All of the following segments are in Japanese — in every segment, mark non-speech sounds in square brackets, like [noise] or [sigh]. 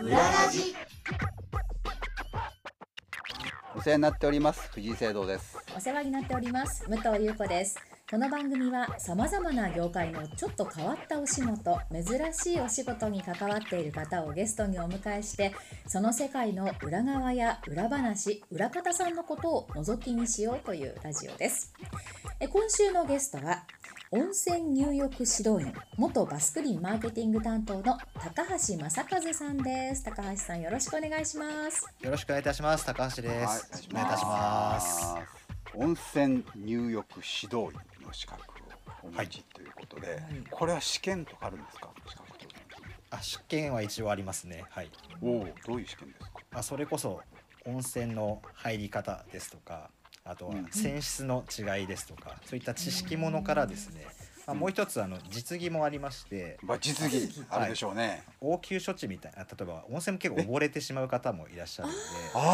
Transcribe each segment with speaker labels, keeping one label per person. Speaker 1: 裏ラジ
Speaker 2: お世話になっております藤井聖堂です
Speaker 3: お世話になっております武藤優子ですこの番組はさまざまな業界のちょっと変わったお仕事珍しいお仕事に関わっている方をゲストにお迎えしてその世界の裏側や裏話裏方さんのことを覗き見しようというラジオですえ今週のゲストは温泉入浴指導員元バスクリンマーケティング担当の高橋正和さんです高橋さんよろしくお願いします
Speaker 4: よろしくお願いいたします。高橋で
Speaker 2: はい
Speaker 4: す。お願いいたします。
Speaker 2: 温泉入浴指導員の資格をお持ちということで、これは試験とかあるんですか資格とか
Speaker 4: あ、試験は一応ありますね。はい。
Speaker 2: おおどういう試験ですか
Speaker 4: あ、それこそ温泉の入り方ですとか、あとは
Speaker 2: うん
Speaker 4: 泉質の違いですとか、そういった知識ものからですね。まあ、もう一つあの実技もありまして、
Speaker 2: まあ実技あるでしょうね、
Speaker 4: 応急処置みたいな、例えば温泉も結構溺れてしまう方もいらっしゃるので、
Speaker 2: あ
Speaker 4: ま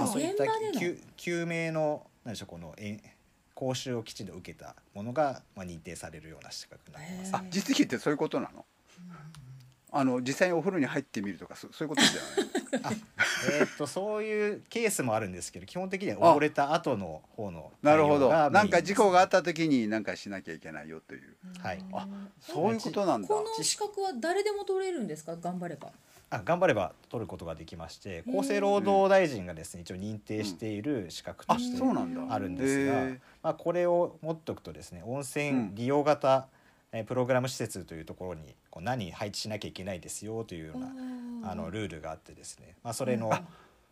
Speaker 4: あ
Speaker 2: あ
Speaker 4: そういった
Speaker 3: 現場での
Speaker 4: 救救命の何でしょうこのえ講習をきちんと受けたものがまあ認定されるような資格になってます。
Speaker 2: あ実技ってそういうことなのあの実際にお風呂に入ってみるとかそそういうことじ
Speaker 4: [laughs]
Speaker 2: ゃない
Speaker 4: えーっとそういうケースもあるんですけど基本的には溺れた後の方の
Speaker 2: なるほど
Speaker 4: 対応がメイン
Speaker 2: なんか事故があった時になんかしなきゃいけないよという
Speaker 4: はい
Speaker 2: あそういうことなんだ
Speaker 3: この資格は誰でも取れるんですか頑張れば
Speaker 4: あ頑張れば取ることができまして
Speaker 3: ー
Speaker 4: 厚生労働大臣がですね一応認定している資格と
Speaker 2: あ
Speaker 4: して
Speaker 2: そうなんだ
Speaker 4: あるんですが、
Speaker 2: へー
Speaker 4: まあ、これを持っておくとですね温
Speaker 2: うん
Speaker 4: 泉利用型、えープログラム施設というところにこう何配置しなきゃいけないですよというようなあのルールがあってですね、まあ、それの、あ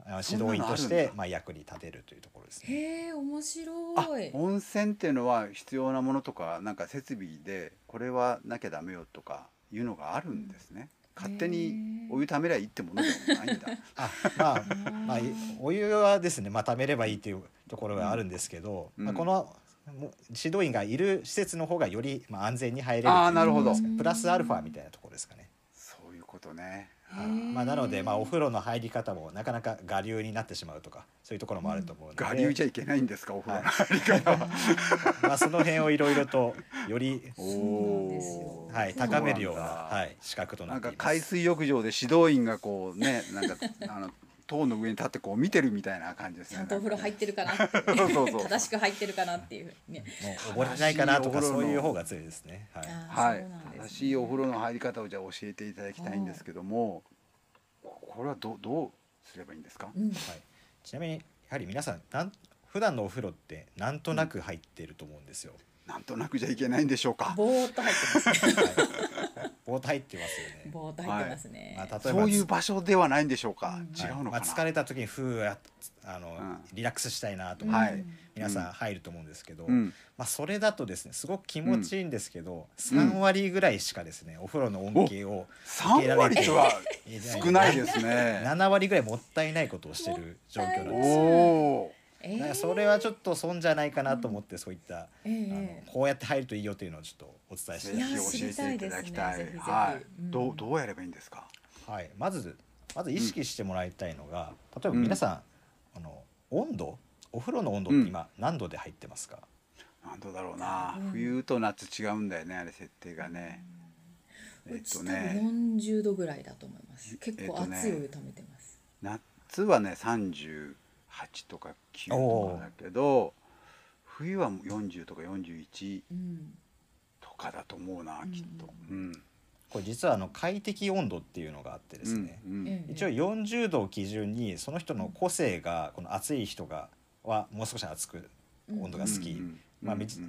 Speaker 4: の
Speaker 2: そん
Speaker 4: 指
Speaker 2: なの
Speaker 4: 導員と
Speaker 2: あ
Speaker 4: し
Speaker 2: るん
Speaker 4: て
Speaker 2: だ
Speaker 4: まあ役に立てるというところですね。
Speaker 3: へえ面
Speaker 2: あ
Speaker 3: 白い
Speaker 2: 温泉っていうのは必要なものとかなんか設備でこれはなきゃダメよとかいうのがあるんですね、勝手
Speaker 3: へ
Speaker 2: に
Speaker 3: ー
Speaker 2: お湯ためりゃいいってものでもない
Speaker 3: [laughs]
Speaker 2: んだ
Speaker 4: あまあ、まあ、いお湯はですね、まあ、貯めればいいというところがあるんですけど、
Speaker 2: うん
Speaker 4: まあ、このも指導員がいる施設の方がより、まあ、安全に入れる
Speaker 2: あー
Speaker 4: っていう
Speaker 2: なるほど
Speaker 4: ところですかねプラスアルファみたいなところですかね。
Speaker 2: そういうことね
Speaker 4: はいまあ、なので、まあ、お風呂の入り方もなかなか我流になってしまうとかそういうところもあると思うので、
Speaker 2: 我流じゃいけないんですかお風呂の入り方は、
Speaker 4: まあ、その辺をいろいろとより、
Speaker 3: そうなんですよ
Speaker 2: おー
Speaker 4: はい、
Speaker 2: そうなんだ
Speaker 4: 高めるようなはい、資格とな
Speaker 2: な
Speaker 4: っ
Speaker 2: ん
Speaker 4: てい
Speaker 2: か
Speaker 4: ます。
Speaker 2: 海水浴場で指導員がこうねなんかあの塔の上に立ってこう見てるみたいな感じです
Speaker 3: ち
Speaker 2: ね
Speaker 3: ゃんとお風呂入ってるか
Speaker 4: [laughs]
Speaker 3: な
Speaker 2: そうそうそう
Speaker 3: 正しく入ってるかなっていうね
Speaker 4: もう溺れないかなとか
Speaker 2: 正しいお
Speaker 4: そ
Speaker 2: 風呂の
Speaker 4: ういう方が強いですね。はい、
Speaker 2: は
Speaker 3: あー
Speaker 2: い
Speaker 3: そうなんですね
Speaker 2: 正しいお風呂の入り方をじゃあ教えていただきたいんですけどもこれはどどうすればいいんですか
Speaker 3: うん
Speaker 4: はい、ちなみにやはり皆さんなん普段のお風呂ってなんとなく入ってると思うんですよ。
Speaker 2: なんとなくじゃいけないんでしょうか
Speaker 3: ぼーっと入ってますね
Speaker 4: ぼーっと入ってますよね。
Speaker 3: ぼーっと入ってますね
Speaker 4: まあ、例えば
Speaker 2: そういう場所ではないんでしょうか、
Speaker 3: うん
Speaker 2: 違うの
Speaker 4: ま
Speaker 2: か
Speaker 4: あ、
Speaker 2: な、
Speaker 4: 疲れた時にふうやあの、
Speaker 2: うん
Speaker 4: リラックスしたいなと
Speaker 3: うん
Speaker 4: か、
Speaker 2: はい
Speaker 4: 皆さん入ると思うんですけど、
Speaker 2: うん
Speaker 4: まあ、それだとですねすごく気持ちいいんですけど、3割ぐらいしかですねお風呂の恩恵を受け
Speaker 2: 3
Speaker 4: られ
Speaker 2: 割
Speaker 4: て
Speaker 2: とは少ない
Speaker 4: す。
Speaker 2: ですね
Speaker 4: 7割ぐらいもったいないことをしてる状況
Speaker 2: お
Speaker 4: なんですよ。
Speaker 2: お
Speaker 3: え
Speaker 4: だか
Speaker 3: ー
Speaker 4: らそれはちょっと損じゃないかなと思って、そういった、
Speaker 3: ええ
Speaker 4: あのこうやって入るといいよというのをちょっとお伝えし
Speaker 2: ーぜ
Speaker 4: て
Speaker 3: いや
Speaker 2: ひ教えていただきたい
Speaker 3: 知りたいですねぜひぜひ
Speaker 2: はい、
Speaker 3: うん
Speaker 2: どうどうやればいいんですか
Speaker 4: はい、まずまず意識してもらいたいのが、例えば皆さん、あの温度お風呂の温度って今何度で入ってますか、
Speaker 2: 何度だろうな、冬と夏違うんだよねあれ設定がね、え
Speaker 3: う
Speaker 2: っ
Speaker 3: ち
Speaker 2: と
Speaker 3: 多
Speaker 2: ね
Speaker 3: 分40度ぐらいだと思います結構
Speaker 2: えっとね
Speaker 3: 熱いお湯溜めてます
Speaker 2: 夏はね38とか9とかだけど冬はもう40とか41
Speaker 3: うん
Speaker 2: とかだと思うなきっと、うん
Speaker 4: これ実はあの快適温度っていうのがあってですね、
Speaker 2: うんうん
Speaker 3: ええ
Speaker 4: 一応40度を基準にその人の個性がこの暑い人がはもう少し暑く温度が好き、
Speaker 2: うんうん
Speaker 4: まあ
Speaker 2: うんうん
Speaker 4: みじ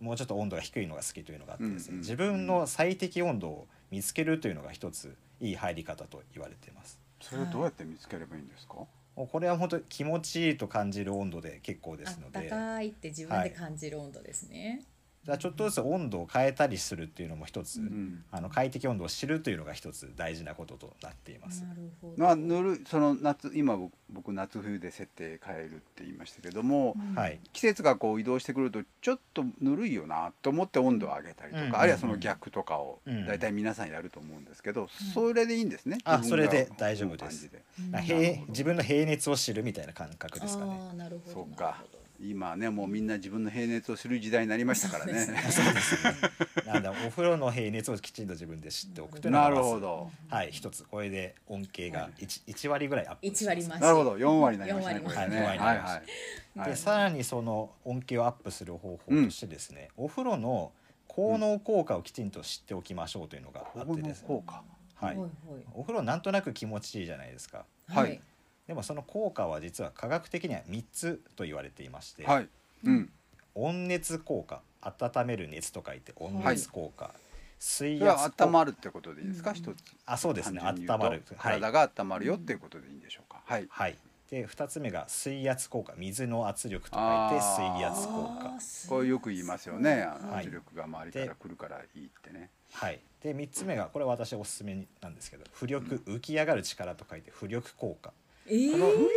Speaker 4: もうちょっと温度が低いのが好きというのがあってですね、
Speaker 2: うんうん
Speaker 4: 自分の最適温度を見つけるというのが一ついい入り方と言われています。
Speaker 2: それをどうやって見つければいいんですか、
Speaker 4: もうこれは本当に気持ちいいと感じる温度で結構で
Speaker 3: あ
Speaker 4: す
Speaker 3: っ
Speaker 4: の
Speaker 3: た
Speaker 4: で。
Speaker 3: かいって自分で感じる温度ですね、
Speaker 4: だからちょっとずつ温度を変えたりするっていうのも一つ、
Speaker 2: ん
Speaker 4: あの快適温度を知るというのが一つ大事なこととなっています。
Speaker 3: なるほど
Speaker 2: まあ、塗るその夏今僕僕夏冬で設定変えるって言いましたけども、
Speaker 4: はい、
Speaker 2: 季節がこう移動してくるとちょっとぬるいよなと思って温度を上げたりとか、
Speaker 4: うん
Speaker 2: あるいはその逆とかを
Speaker 4: うん
Speaker 2: 大体皆さんやると思うんですけど、それでいいんですね。
Speaker 4: あ
Speaker 2: 自分が
Speaker 4: それで大丈夫です
Speaker 2: こういう感じで
Speaker 4: だから
Speaker 2: なる
Speaker 4: 平
Speaker 2: ほど
Speaker 4: 自分の平熱を知るみたいな感覚ですかね。
Speaker 3: ああなるほど
Speaker 2: そうか
Speaker 3: なるほど
Speaker 2: 今ねもうみんな自分の平熱を知る時代になりましたからね。
Speaker 4: [laughs] そ
Speaker 2: [laughs]
Speaker 4: うですね。なんだお風呂の平熱をきちんと自分で知っておくというの
Speaker 2: な
Speaker 4: がま
Speaker 2: る
Speaker 4: ず
Speaker 2: ほど。
Speaker 4: はい一つこれで恩恵が一一割ぐらいアップ
Speaker 3: 一割増し。
Speaker 2: なるほど、四割になりましたね。
Speaker 3: 四
Speaker 2: こ
Speaker 3: 割
Speaker 2: れね。
Speaker 4: はい
Speaker 2: はいはい。は
Speaker 4: で
Speaker 2: い
Speaker 4: さらにその恩恵をアップする方法としてですね、お風呂の効能効果をきちんと知っておきましょうというのがあってですね、
Speaker 2: 効果。
Speaker 4: はい、
Speaker 3: ほい
Speaker 4: お風呂なんとなく気持ちいいじゃないですか
Speaker 3: ほい。
Speaker 2: はい。
Speaker 4: でもその効果は実は科学的には3つと言われていまして、
Speaker 2: はい。うん。
Speaker 4: 温熱効果温める熱と書いて温熱効果、水
Speaker 2: それは
Speaker 4: 圧効
Speaker 2: 温
Speaker 4: 果
Speaker 2: まるってことでいいですか、
Speaker 3: うん
Speaker 2: 一つ。
Speaker 4: あそうですね
Speaker 2: 単純に言
Speaker 4: 温まる
Speaker 2: うと
Speaker 4: はい、
Speaker 2: 体が温まるよっていうことでいいんでしょうか。はい。
Speaker 4: はい、で2つ目が水圧効果水の圧力と書いて
Speaker 2: あー
Speaker 4: 水圧効
Speaker 3: あ
Speaker 4: 果
Speaker 3: ーす
Speaker 2: こ
Speaker 3: ご
Speaker 2: れよく言いますよね。あの
Speaker 4: はい
Speaker 2: 圧力が周りから来るからいいってね。
Speaker 4: はい、で3つ目がこれ私おすすめなんですけど浮力浮き上がる力と書いて浮力効果、
Speaker 3: ええ
Speaker 2: この浮力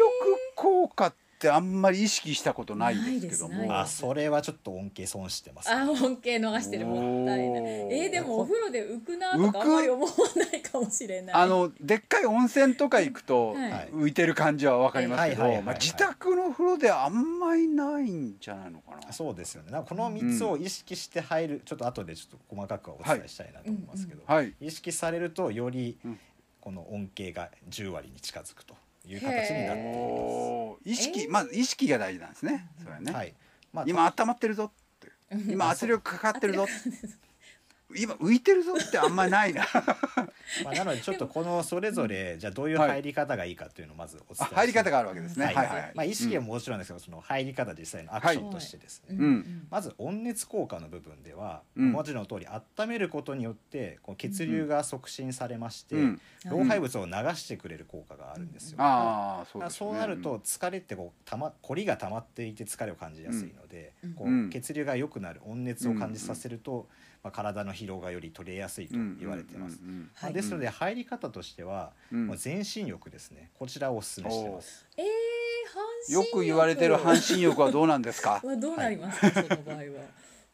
Speaker 2: 効果ってあんまり意識したことないですけど
Speaker 3: な
Speaker 2: も。
Speaker 3: いですない
Speaker 4: あ
Speaker 3: です
Speaker 4: それはちょっと恩恵損してます、
Speaker 3: あー、恩恵逃してるもったいない。
Speaker 2: おー
Speaker 3: えー、でもお風呂で浮くなとかあんまり思わないかもしれない。
Speaker 2: あのでっかい温泉とか行くと
Speaker 3: はい
Speaker 2: 浮いてる感じはわかりますけど、
Speaker 4: はいはいはいはい
Speaker 2: まあ自宅の風呂であんまりないんじゃないのかな。
Speaker 4: そうですよねなんかこの3つを意識して入る、ちょっと後でちょっと細かくはお伝えしたいなと思いますけど、
Speaker 2: はい。
Speaker 4: 意識されるとより
Speaker 2: うん
Speaker 4: この恩恵が10割に近づくという形になっています。
Speaker 2: おー意識、
Speaker 3: えー
Speaker 2: まず意識が大事なんですね。それはね。
Speaker 4: はいまあ、
Speaker 2: 今温まってるぞって。今圧力かかってるぞ。今浮いてるぞってあんまりないな。
Speaker 4: まあ、なのでちょっとこのそれぞれじゃあどういう入り方がいいかというのをまずお伝えし
Speaker 2: あ
Speaker 4: ます
Speaker 2: 入り方があるわけですね。
Speaker 4: は
Speaker 2: はい
Speaker 4: い
Speaker 2: はいはい。
Speaker 4: まあ、意識はもちろんですけどその入り方実際のアクションとしてですね、
Speaker 2: んうん
Speaker 4: まず温熱効果の部分では、
Speaker 2: うん
Speaker 4: 文字の通り温めることによってこう血流が促進されまして、
Speaker 2: うん
Speaker 4: 老廃物を流してくれる効果があるんですよ。
Speaker 2: ああそう
Speaker 4: だ
Speaker 2: で
Speaker 4: から
Speaker 2: す、ね。
Speaker 4: そうなると疲れってこうたまこりが溜まっていて疲れを感じやすいので、
Speaker 3: うん
Speaker 4: こ
Speaker 2: うん
Speaker 4: う血流が良くなる温熱を感じさせると、まあ、体の疲労がより取れやすいと
Speaker 2: うん
Speaker 4: 言われています。
Speaker 2: うんうん
Speaker 4: まあですので入り方としては、
Speaker 2: うん
Speaker 4: もう全身浴ですねこちらをおすすめしてます。
Speaker 3: えー、半身
Speaker 2: よく言われてる半身浴はどうなんです
Speaker 4: [laughs]
Speaker 2: か。
Speaker 3: はどうなりますか、その場合は。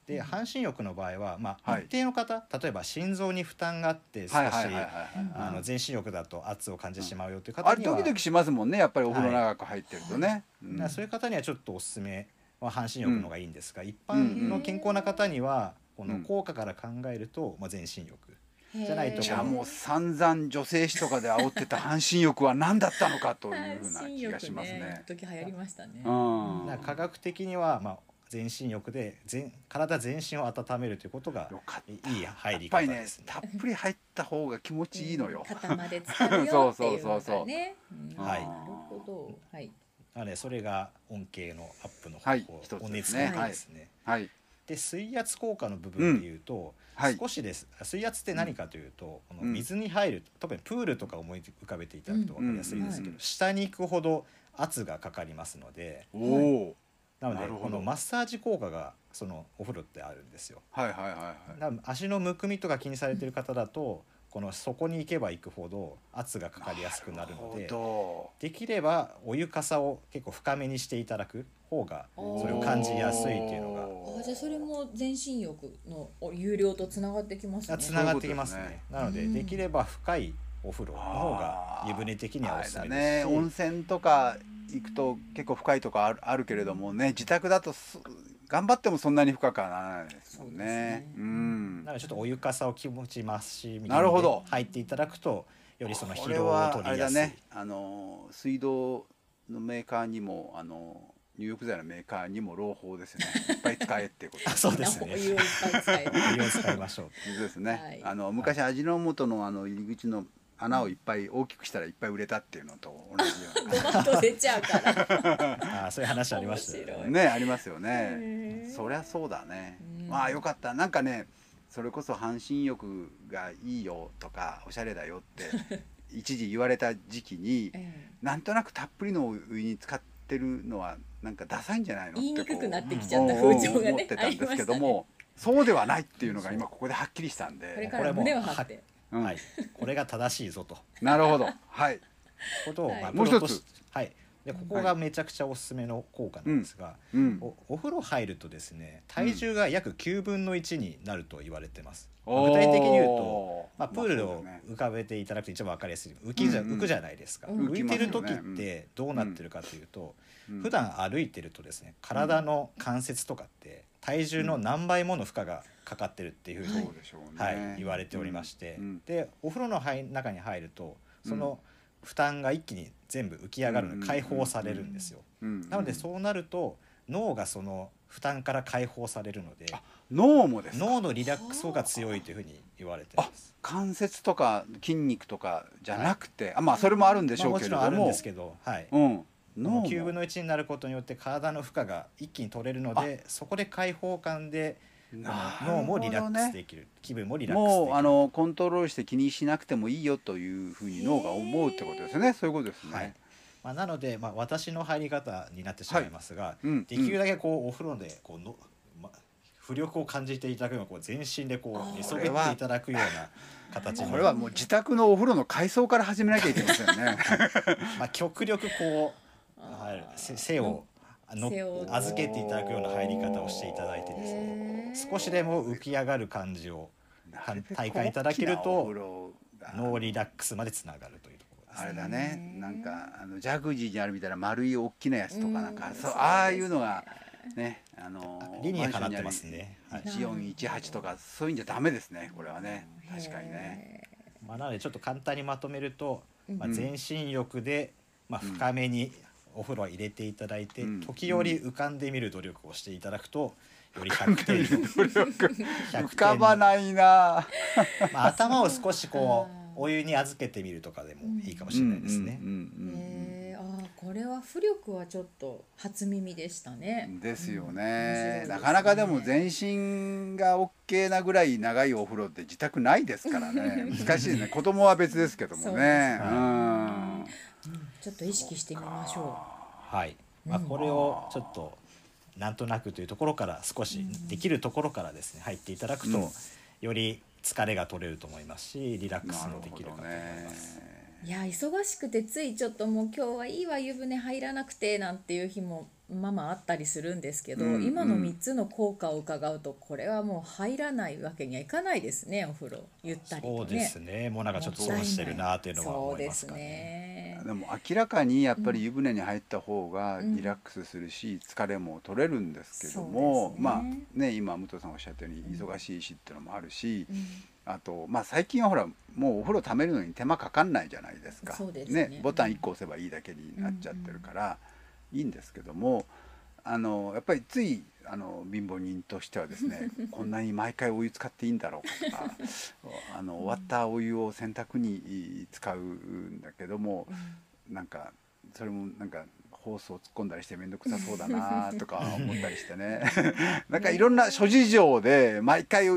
Speaker 4: で半身浴の場合は、まあ、
Speaker 2: はい
Speaker 4: 一定の方、例えば心臓に負担があって少し、
Speaker 2: はいはいはいはい
Speaker 4: あ
Speaker 2: は
Speaker 4: の
Speaker 2: い。
Speaker 4: 全身浴だと圧を感じてしまうよという
Speaker 2: あ
Speaker 4: 方
Speaker 2: れ
Speaker 4: には
Speaker 2: ドキドキしますもんね。やっぱりお風呂長く入ってるとね。
Speaker 4: だ
Speaker 2: うん
Speaker 4: からそういう方にはちょっとおすすめは半身浴の方がいいんですが、一
Speaker 2: うん
Speaker 4: 般の健康な方にはこ
Speaker 2: う
Speaker 4: の
Speaker 2: ん
Speaker 4: 効果から考えると、まあ、全身浴
Speaker 3: じ
Speaker 4: ゃないと
Speaker 2: [laughs] じゃあもう散々女性誌とかで煽ってた半身浴は何だったのかというふうな
Speaker 3: 半身
Speaker 2: 気がし
Speaker 3: 浴
Speaker 2: ます
Speaker 3: ね
Speaker 4: [laughs]
Speaker 2: ね。
Speaker 3: 一時流行りましたね。
Speaker 2: うん。
Speaker 4: だ
Speaker 2: よ
Speaker 4: から科学的には、まあ、全身浴で全体全身を温めるということが
Speaker 2: かった。
Speaker 4: いい入
Speaker 2: やっ
Speaker 4: り
Speaker 2: ぱ
Speaker 4: 方
Speaker 2: りね
Speaker 4: ですね。
Speaker 2: たっぷり入った方が気持ちいいのよ。
Speaker 3: 肩まで浸かるよっていう
Speaker 2: そうそうそう
Speaker 3: の [laughs]
Speaker 2: そ
Speaker 3: が
Speaker 2: う
Speaker 3: ね。うん
Speaker 4: はい
Speaker 3: なるほど。はい。
Speaker 4: なのでそれが恩恵のアップの
Speaker 2: は
Speaker 4: 方
Speaker 2: い
Speaker 4: 法、
Speaker 2: 一つ
Speaker 4: お
Speaker 2: です
Speaker 4: 熱
Speaker 2: ね
Speaker 4: 効果ですね。
Speaker 2: はい
Speaker 4: で水圧効果の部分でいうと、
Speaker 2: はい。
Speaker 4: 少しです水圧って何かというと、こ
Speaker 2: う
Speaker 4: の
Speaker 2: ん
Speaker 4: 水に入る特にプールとか思い浮かべていただくと分かりやすいですけど、
Speaker 2: うん
Speaker 4: 下に行くほど圧がかかりますので
Speaker 2: おお。
Speaker 4: なの
Speaker 2: な
Speaker 4: で
Speaker 2: るほど
Speaker 4: このマッサージ効果がそのお風呂ってあるんですよ。
Speaker 2: はいはいはいはい。
Speaker 4: だから足のむくみとか気にされてる方だとこのそこに行けば行くほど圧がかかりやすくなるので
Speaker 2: るほ
Speaker 4: できればお湯かさを結構深めにしていただく方が
Speaker 2: ど
Speaker 4: それを感じやすいっていうのが
Speaker 3: あーじゃあそれも全身浴の有料とつながってきますね。
Speaker 4: つながってきますね
Speaker 2: そういう
Speaker 4: なので、
Speaker 3: うん
Speaker 4: できれば深いお風呂の方が湯船的にはおすす
Speaker 2: あ
Speaker 4: めですし、
Speaker 2: れだね温泉とか行くと結構深いとこあるあるけれどもね自宅だとす頑張ってもそんなに深くはならないですもんね。
Speaker 3: そうですね
Speaker 2: うん
Speaker 4: なのでちょっとお湯かさを気持ちますし
Speaker 2: なるほど
Speaker 4: 入っていただくとよりその
Speaker 2: こ
Speaker 4: 疲
Speaker 2: れ
Speaker 4: 労を
Speaker 2: は
Speaker 4: 取
Speaker 2: あれ
Speaker 4: りや
Speaker 2: だ
Speaker 4: すい
Speaker 2: ねあの水道のメーカーにもあの入浴剤のメーカーにも朗報ですよねいっぱい使えっていうこと
Speaker 4: あ [laughs] そうです
Speaker 3: お
Speaker 4: ね
Speaker 3: 湯をいっぱい
Speaker 2: [laughs]
Speaker 3: 使える。
Speaker 4: お湯を使いましょう
Speaker 2: 水です
Speaker 4: [laughs]
Speaker 2: ね、
Speaker 3: はい
Speaker 2: あの昔味の素のあの入り口の穴をいっぱい大きくしたらいっぱい売れたっていうのと同じよう
Speaker 3: ドバッと出ちゃうから。
Speaker 2: [laughs]
Speaker 4: あーそういう話ありましたよ
Speaker 3: 面白
Speaker 2: ない
Speaker 4: ね [laughs]
Speaker 2: ねありますよね
Speaker 3: へー
Speaker 2: そりゃそうだね
Speaker 3: うん
Speaker 2: まあよかったなんかねそれこそ半身浴がいいよとかおしゃれだよって
Speaker 3: [laughs]
Speaker 2: 一時言われた時期に
Speaker 3: ええ
Speaker 2: なんとなくたっぷりのお湯に使ってるのはなんかダサいんじゃないの
Speaker 3: 言い
Speaker 2: っ
Speaker 3: に
Speaker 2: て
Speaker 3: く
Speaker 2: こ
Speaker 3: く
Speaker 2: う
Speaker 3: なってきちゃ
Speaker 2: お
Speaker 3: っ
Speaker 2: う
Speaker 3: た
Speaker 2: おう
Speaker 3: 風潮が
Speaker 2: 思っ
Speaker 3: ね
Speaker 2: て
Speaker 3: あ
Speaker 2: たん
Speaker 3: り
Speaker 2: で
Speaker 3: ます
Speaker 2: け
Speaker 3: し
Speaker 2: ど
Speaker 3: たね。
Speaker 2: もそうではないっていうのが今ここではっきりしたん
Speaker 3: これ
Speaker 2: で
Speaker 3: から胸を張っ
Speaker 4: これ
Speaker 3: て。
Speaker 2: うん
Speaker 4: はい、これが正しいぞと
Speaker 2: なるほどはい
Speaker 4: ことを、
Speaker 3: はい
Speaker 4: まあ
Speaker 2: もう一つ
Speaker 4: プロとしはいでここがめちゃくちゃおすすめの効果なんですが、
Speaker 2: うん
Speaker 4: おお風呂入るとですね体重が約9分の1になると言われてます、
Speaker 2: おー
Speaker 4: 具体的に言うと、まあ、プール
Speaker 2: まあそ
Speaker 4: を
Speaker 2: うだね
Speaker 4: 浮かべていただくと一番分かりやすい浮きじゃ、
Speaker 2: うんうん
Speaker 4: 浮くじゃないですか、
Speaker 3: うん
Speaker 4: 浮いてる
Speaker 2: 浮きます
Speaker 4: 時っ
Speaker 2: よね
Speaker 4: てどうなってるかというと、
Speaker 2: うん
Speaker 4: 普段歩いてるとですね体の関節とかって体重の何倍もの負荷がかかってるっていうふう
Speaker 2: そ
Speaker 4: に、
Speaker 2: うでしょうね、
Speaker 4: はい、言われておりまして、
Speaker 2: うん
Speaker 4: でお風呂の入中に入るとその負担が一気に全部浮き上がるの
Speaker 2: うん
Speaker 4: で解放されるんですよ。
Speaker 2: うん
Speaker 4: なのでそうなると脳がその負担から解放されるので
Speaker 2: 脳もですか
Speaker 4: 脳のリラックスが強いというふうに言われてます。
Speaker 2: 関節とか筋肉とかじゃなくて、あまあそれもあるんでし
Speaker 4: まあ、
Speaker 2: ょう
Speaker 4: も
Speaker 2: けれ
Speaker 4: ち
Speaker 2: ど
Speaker 4: ろん
Speaker 2: も、
Speaker 4: あるんですけど、はい、
Speaker 2: うん、脳も
Speaker 4: 9分の1になることによって体の負荷が一気に取れるのでそこで解放感であの脳もリラックスできる気分もリラックスできる
Speaker 2: もうあのコントロールして気にしなくてもいいよというふうに脳が思うってことですよね。そういうことですね。
Speaker 4: はいまあ、なので、まあ、私の入り方になってしまいますが、
Speaker 2: うん
Speaker 4: できるだけこうお風呂でこうの、ま、浮力を感じていただくようなこう全身でこ
Speaker 3: あー
Speaker 4: う寝そべっていただくような形
Speaker 3: うん
Speaker 4: の
Speaker 2: これはもう自宅のお風呂の改装から始めなきゃいけませんね。
Speaker 4: まあ、極力こうはいせ背をの
Speaker 3: 背を
Speaker 4: 預けていただくような入り方をしていただいてですね少しでも浮き上がる感じをた体感いただけると脳リラックスまでつながるというところです
Speaker 2: あ
Speaker 4: ね。
Speaker 2: れだね、なんかあのジャグジーにあるみたいな丸い大きなやつとかなんか、
Speaker 3: うん
Speaker 2: そう
Speaker 3: そう
Speaker 2: ああいうのがね、あの
Speaker 4: 理にかなってます。ね。は
Speaker 2: マ
Speaker 4: い
Speaker 2: ンションにある1418とかそういうんじゃダメですね。これはね、確かにね。
Speaker 4: まあ、なのでちょっと簡単にまとめると、
Speaker 3: うん
Speaker 4: まあ、全身浴で、まあ、
Speaker 2: うん
Speaker 4: 深めにお風呂を入れていただいて、
Speaker 2: うん
Speaker 4: 時折浮かんでみる努力をしていただくとより100点の
Speaker 2: 浮かばないな。
Speaker 4: まあ、頭を少しこ
Speaker 2: [laughs]
Speaker 3: あー
Speaker 4: うお湯に預けてみるとかでもいいかもしれないですね。
Speaker 2: うんうんうんうん
Speaker 3: へえあーこれは浮力はちょっと初耳でしたね。
Speaker 2: ですよ
Speaker 3: う
Speaker 2: ね
Speaker 3: ん
Speaker 2: なかなかでも全身が OK なぐらい長いお風呂って自宅ないですから
Speaker 3: [laughs]
Speaker 2: ね難しいね子供は別ですけども
Speaker 3: そうです
Speaker 2: ね
Speaker 3: ね
Speaker 2: うん
Speaker 3: ちょっと意識してみましょ
Speaker 4: はいまあ、これをちょっとなんとなくというところから少しできるところからですね入っていただくと、
Speaker 2: うん
Speaker 4: より疲れが取れると思いますしリラックス
Speaker 2: なる
Speaker 4: もで
Speaker 2: ほ
Speaker 4: きる
Speaker 2: ど
Speaker 4: かと思い
Speaker 2: ね
Speaker 4: ます。
Speaker 3: う。いや忙しくてついちょっともう今日はいいわ湯船入らなくてなんていう日もまあまああったりするんですけど、
Speaker 2: うん
Speaker 3: 今の
Speaker 2: うん
Speaker 3: 3つの効果を伺うとこれはもう入らないわけにはいかないですねお風呂ゆったりとね。
Speaker 4: そうですね。もうなんかちょっと損してるなというのは思いますかね。
Speaker 3: ね
Speaker 2: でも明らかにやっぱり湯船に入った方が
Speaker 3: うん
Speaker 2: リラックスするし疲れも取れるんですけど
Speaker 3: そう
Speaker 2: も
Speaker 3: ですね
Speaker 2: まあね今武藤さんおっしゃったように忙しいしっていうのもあるし
Speaker 3: うん
Speaker 2: あとまあ最近はほらもうお風呂ためるのに手間かかんないじゃないですか
Speaker 3: そうですね
Speaker 2: ボタン1個押せばいいだけになっちゃってるから、いいんですけどもあのやっぱりついあの貧乏人としてはです
Speaker 3: [laughs]
Speaker 2: ねこんなに毎回お湯使っていいんだろうかとかあの終わったお湯を洗濯に使うんだけどもなんかそれもなんか。ホースを突っ込んだりして面倒くさそうだなとか思ったりしてね
Speaker 3: [laughs]
Speaker 2: なんかいろんな諸事情で毎回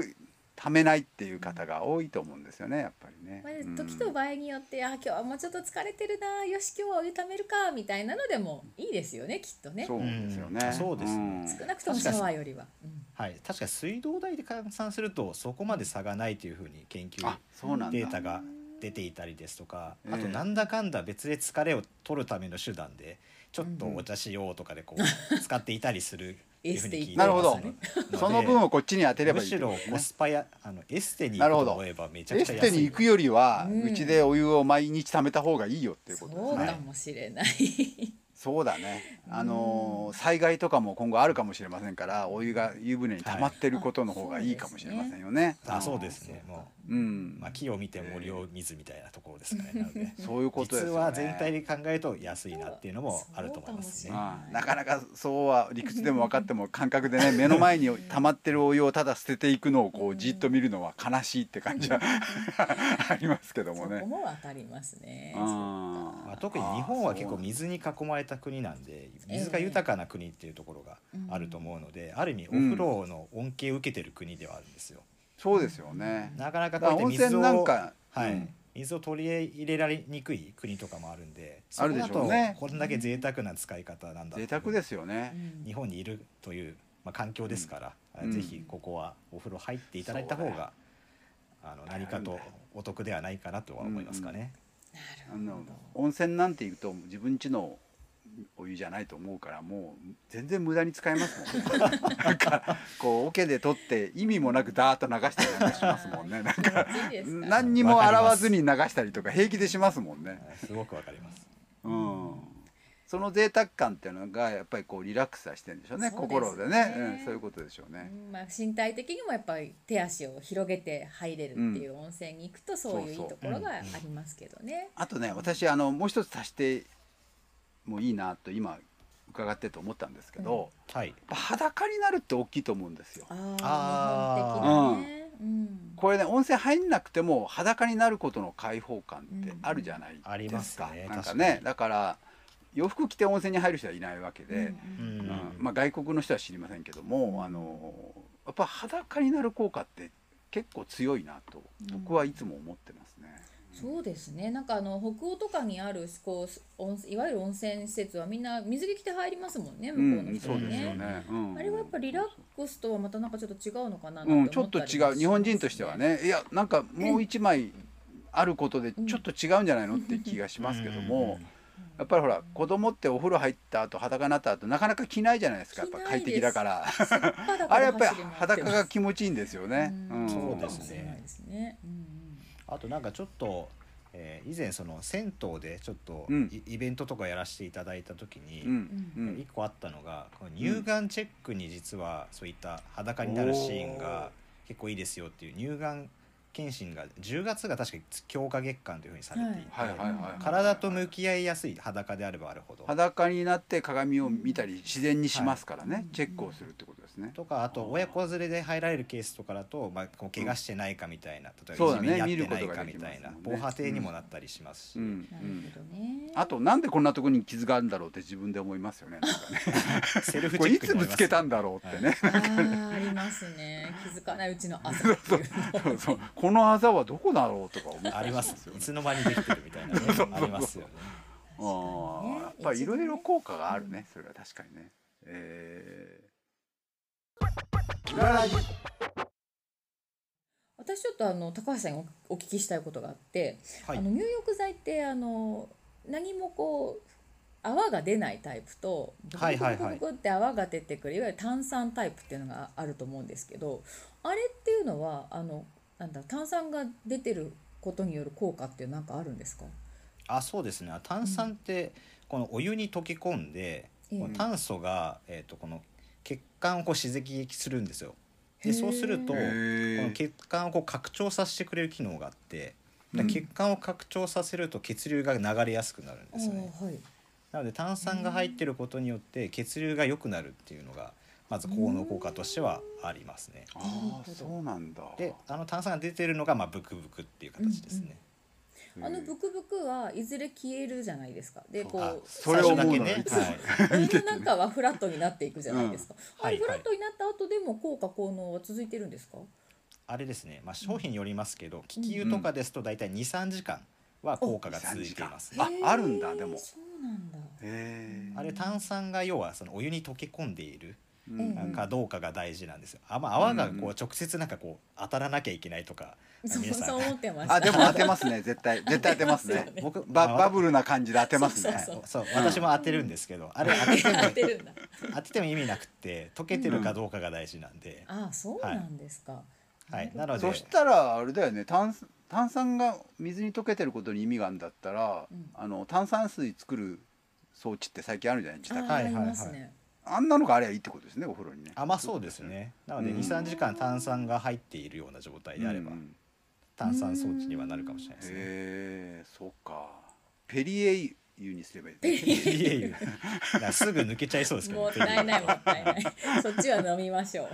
Speaker 2: ためないっていう方が多いと思うんですよねやっぱりね
Speaker 3: まあ。
Speaker 2: うん、
Speaker 3: 時と場合によって、あ今日はもうちょっと疲れてるなよし今日はお湯ためるかみたいなのでもいいですよねきっとね
Speaker 2: そうですよね、
Speaker 4: うんそうですね
Speaker 2: ん
Speaker 3: 少なくともシャワーよりは、うん
Speaker 4: はい、確か水道代で換算するとそこまで差がないというふうに研究
Speaker 2: あそうなんだ
Speaker 4: データが出ていたりですとか、あと
Speaker 2: ええ
Speaker 4: なんだかんだ別で疲れを取るための手段でちょっとお茶しようとかでこう使っていたりするっていうふうに聞いて
Speaker 2: なるほど
Speaker 4: ますので
Speaker 2: その分をこっちに当てれば
Speaker 4: む
Speaker 2: いい
Speaker 4: しろコスパやあのエステに行
Speaker 2: なる
Speaker 4: く
Speaker 2: ほ
Speaker 4: と
Speaker 2: ど
Speaker 4: 思えばめちゃ
Speaker 2: エ
Speaker 4: くちゃ
Speaker 2: ス
Speaker 4: 安い
Speaker 2: テに行くよりは、
Speaker 3: うん
Speaker 2: うちでお湯を毎日貯めた方がいいよっていうことです
Speaker 3: そう
Speaker 2: ね。
Speaker 3: かもしれない、
Speaker 2: そうだね。あのー災害とかも今後あるかもしれませんから、お湯が湯船に溜まってることの方がいいかもしれませんよね。
Speaker 4: あそうですねもう、
Speaker 2: うん。
Speaker 4: まあ、木を見て森を見ずみたいなところですかねなので
Speaker 2: そういうことです
Speaker 4: 実
Speaker 2: よね。
Speaker 4: は全体で考えると安いなっていうのもあると思います
Speaker 3: そう
Speaker 4: ね
Speaker 3: かもしれ。
Speaker 2: ああなかなかそうは理屈でも分かっても感覚 [laughs] でね目の前に溜まってるお湯をただ捨てていくのをこうじっと見るのは悲しいって感じは [laughs] ありますけど
Speaker 3: そ
Speaker 2: も
Speaker 3: こ
Speaker 2: ね。
Speaker 3: もわかりますね
Speaker 2: あ
Speaker 4: まあ、特に日本は結構水に囲まれた国なんで水が豊かな国っていうところがあると思うので、ある意味お風呂の恩恵を受けてる国ではあるんですよ。
Speaker 2: そうですよね。
Speaker 4: なかなか
Speaker 2: だ
Speaker 4: こ
Speaker 2: か
Speaker 4: う
Speaker 2: ら
Speaker 4: いった
Speaker 2: 温
Speaker 4: 水
Speaker 2: 泉
Speaker 4: を
Speaker 2: なんか、
Speaker 4: はい
Speaker 2: うん
Speaker 4: 水を取り入れられにくい国とかもあるんで
Speaker 2: あ
Speaker 4: そ
Speaker 2: る
Speaker 4: れ
Speaker 2: で
Speaker 4: だ
Speaker 2: しょう
Speaker 4: と
Speaker 2: ね
Speaker 4: こんだけ贅沢な使い方なんだ
Speaker 2: 贅沢ですすよね。
Speaker 4: 日本にいるという、まあ、環境ですから、
Speaker 2: うん
Speaker 4: ぜひここはお風呂入っていただいた方
Speaker 2: そうだよ
Speaker 4: が、あの何かとお得ではないかなとは思いますかね。
Speaker 2: あの温泉なんていうと自分家のお湯じゃないと思うからもう全然無駄に使えます
Speaker 3: [laughs]
Speaker 2: もんねなんかこう桶で取って意味もなくダーッと流したりなんかしますもんねなんか
Speaker 3: いいですか
Speaker 2: 何にも洗わずに流したりとか平気でしますもんね。
Speaker 4: すごくわかります。
Speaker 2: うんその贅沢感っていうのがやっぱりこうリラックスはしてるんでしょうね
Speaker 3: そうですね
Speaker 2: 心でね、うん、そういうことでしょうね。
Speaker 3: うんまあ、身体的にもやっぱり手足を広げて入れるっていう温泉に行くとそういういいところがありますけどね。
Speaker 2: あとね私あのもう一つ足してもいいなと今伺ってと思ったんですけど、
Speaker 4: はい。
Speaker 2: やっぱ裸になるって大きいと思うんですよ。
Speaker 3: ああ日本的だね。うん
Speaker 2: これね温泉入んなくても裸になることの開放感ってあるじゃない
Speaker 4: あり
Speaker 2: で
Speaker 4: ますす
Speaker 2: か。な
Speaker 4: ね
Speaker 2: んか
Speaker 4: 確か
Speaker 2: ね
Speaker 4: に
Speaker 2: だから洋服着て温泉に入る人はいないわけで、
Speaker 4: う
Speaker 3: うん
Speaker 4: ん。
Speaker 2: うんまあ、外国の人は知りませんけどもあのやっぱ裸になる効果って結構強いなと僕はいつも思ってますね。
Speaker 3: そうですねなんかあの北欧とかにあるこう温いわゆる温泉施設はみんな水着着て入りますもんね
Speaker 2: う
Speaker 3: 向こうの
Speaker 2: ん、
Speaker 3: 人
Speaker 2: そう
Speaker 3: は
Speaker 2: ですよ
Speaker 3: ね。
Speaker 2: ね。うん
Speaker 3: あれはやっぱリラックスとはまたなんかちょっと違うのかななんて
Speaker 2: う
Speaker 3: 思
Speaker 2: ん、ちょったと
Speaker 3: りもし
Speaker 2: 違う日本人としてはねいやなんかもう一枚あることでちょっと違うんじゃないのって気がしますけどもやっぱりほら子供ってお風呂入った後裸になった後なかなか着ないじゃないですかやっぱ快適だから
Speaker 3: ますね。裸で
Speaker 2: あれやっぱり
Speaker 3: 走り回って
Speaker 2: 裸
Speaker 3: ます
Speaker 2: が気持ちいいんですよね。
Speaker 3: ん
Speaker 4: そうですね
Speaker 3: かもしれないですね。うん
Speaker 4: あとなんかちょっと、えー以前その銭湯でちょっと
Speaker 2: うん
Speaker 4: イイベントとかやらせていただいた時に、
Speaker 2: うんう
Speaker 4: えー
Speaker 2: ん
Speaker 4: 一個あったのがこの乳がんチェックに実はそういった裸になるシーンが結構いいですよっていう乳がん検診が10月が確か強化月間というふうにされていて、
Speaker 2: はいはいはいはい
Speaker 4: 体と向き合いやすい裸であればあるほど
Speaker 2: 裸になって鏡を見たり自然にしますからね、チェックをするってことですね。
Speaker 4: とかあと親子連れで入られるケースとかだと、まあ、こう怪我してないかみたいな例え
Speaker 2: そう
Speaker 4: ばい
Speaker 2: だね
Speaker 4: じめにあってな
Speaker 2: 見
Speaker 4: いかみ
Speaker 2: ることが
Speaker 4: た
Speaker 2: で
Speaker 4: い
Speaker 2: きま
Speaker 4: な
Speaker 2: すもんね
Speaker 4: 防波堤にもなったりしますし、
Speaker 2: うん
Speaker 3: な
Speaker 2: う
Speaker 3: る
Speaker 2: ん
Speaker 3: ほどね。
Speaker 2: あとなんでこんなとこに傷があるんだろうって自分で思いますよ
Speaker 4: [laughs]
Speaker 2: ね。なんかね
Speaker 4: セルフチ
Speaker 2: これ
Speaker 4: ェ
Speaker 2: い
Speaker 4: ックに
Speaker 2: つ
Speaker 4: な
Speaker 2: ぶ
Speaker 4: りま
Speaker 2: つ
Speaker 4: す
Speaker 2: け
Speaker 4: よ
Speaker 2: たんだろうってね。
Speaker 3: あーありますね。気づかないうちの朝って
Speaker 2: [laughs]
Speaker 3: いう
Speaker 2: そうそうこのあざはどこだろうとか思ったり
Speaker 4: あります
Speaker 2: し
Speaker 4: い
Speaker 2: よ
Speaker 4: つ
Speaker 2: ね。
Speaker 4: の間にできてるみたいなねありますよね
Speaker 2: ああ、やっ
Speaker 3: 確
Speaker 2: ぱ
Speaker 3: か
Speaker 2: り
Speaker 3: にね
Speaker 2: いろいろ効果があるね。それは確かにね。えー
Speaker 3: 私ちょっとあの高橋さんにおお聞きしたいことがあって、
Speaker 4: はい
Speaker 3: あの入浴剤ってあの何もこう泡が出ないタイプとブク
Speaker 4: はい
Speaker 3: ブク
Speaker 4: はい
Speaker 3: ブク
Speaker 4: はい
Speaker 3: ブクって泡が出てくるいわゆる炭酸タイプっていうのがあると思うんですけどあれっていうのはあのなんだ炭酸が出てることによる効果っていうなんかあるんですか
Speaker 4: あそうですね炭酸ってこのお湯に溶け込んで、
Speaker 3: ええ
Speaker 4: この炭素が、えー、とこの血管をこう刺激するんですよ
Speaker 3: へ
Speaker 4: で
Speaker 3: ー
Speaker 4: そうするとこ
Speaker 2: へー
Speaker 4: の血管をこう拡張させてくれる機能があってだから血管を拡張させると血流が流れやすくなるんですよね、
Speaker 3: あーはい、
Speaker 4: なので炭酸が入ってることによって血流が良くなるっていうのがまず効能効果としてはありますね
Speaker 2: ああ、そうなんだ。
Speaker 4: であの炭酸が出てるのがまあブクブクっていう形ですね、
Speaker 3: うんうんあのブクブクはいずれ消えるじゃないですかでこ
Speaker 4: あ
Speaker 3: う
Speaker 2: それを思うの
Speaker 4: 最初だけね、
Speaker 2: そう
Speaker 4: はい、
Speaker 3: お湯の中はフラットになっていくじゃないですか。
Speaker 4: うん
Speaker 3: あれ
Speaker 4: はい
Speaker 3: フ
Speaker 4: は
Speaker 3: ラ
Speaker 4: い
Speaker 3: ットになった後でも効果効能は続いてるんですか。
Speaker 4: あれですね、まあ、商品によりますけど、気球とかですと大体23時間は効果が続いています、
Speaker 2: あ
Speaker 3: へー
Speaker 2: あるんだでも
Speaker 3: そうなんだ。
Speaker 2: え
Speaker 4: あれ炭酸が要はそのお湯に溶け込んでいる
Speaker 2: ーう
Speaker 3: え
Speaker 2: ん
Speaker 3: え
Speaker 4: かどうかが大事なんですよ、あまあ、泡が
Speaker 2: うんう
Speaker 4: こ
Speaker 2: ん
Speaker 4: う直接なんかこう当たらなきゃいけないとか、
Speaker 3: そう
Speaker 4: 皆さ
Speaker 3: そ
Speaker 4: ん
Speaker 3: う思ってました。
Speaker 2: あでも当てます [laughs] ね絶対絶対当てますね
Speaker 3: 当てますよね
Speaker 4: 僕
Speaker 2: バ
Speaker 4: まあ
Speaker 2: バブルな感じで当てますね
Speaker 3: そうそう
Speaker 4: そう私も当てるんですけど、あれ当てても
Speaker 3: 当てるん
Speaker 4: [laughs]
Speaker 3: だ。
Speaker 4: 当てても意味なくて溶けてるかどうかが大事なんで、
Speaker 3: あそうなんですか。
Speaker 4: はい、なの
Speaker 2: そ
Speaker 4: で
Speaker 2: したらあれだよね炭酸炭酸が水に溶けてることに意味があるんだったら、
Speaker 3: うん
Speaker 2: あの炭酸水作る装置って最近あるじゃない自
Speaker 3: あ
Speaker 2: 宅
Speaker 3: ー
Speaker 2: に
Speaker 3: あり
Speaker 4: はいはいはい
Speaker 3: ますね。
Speaker 2: あんなのがあればいいってことですねお風呂にね
Speaker 4: あまあそうですねなので
Speaker 2: うん
Speaker 4: 23時間炭酸が入っているような状態であれば
Speaker 2: うん
Speaker 4: 炭酸装置にはなるかもしれないですね。
Speaker 2: へえそうかペリエ湯にすればいい
Speaker 4: いえいえだからすぐ抜けちゃいそうですけど
Speaker 3: も
Speaker 4: ね
Speaker 3: ったいないもったいない。そっちは飲みましょう。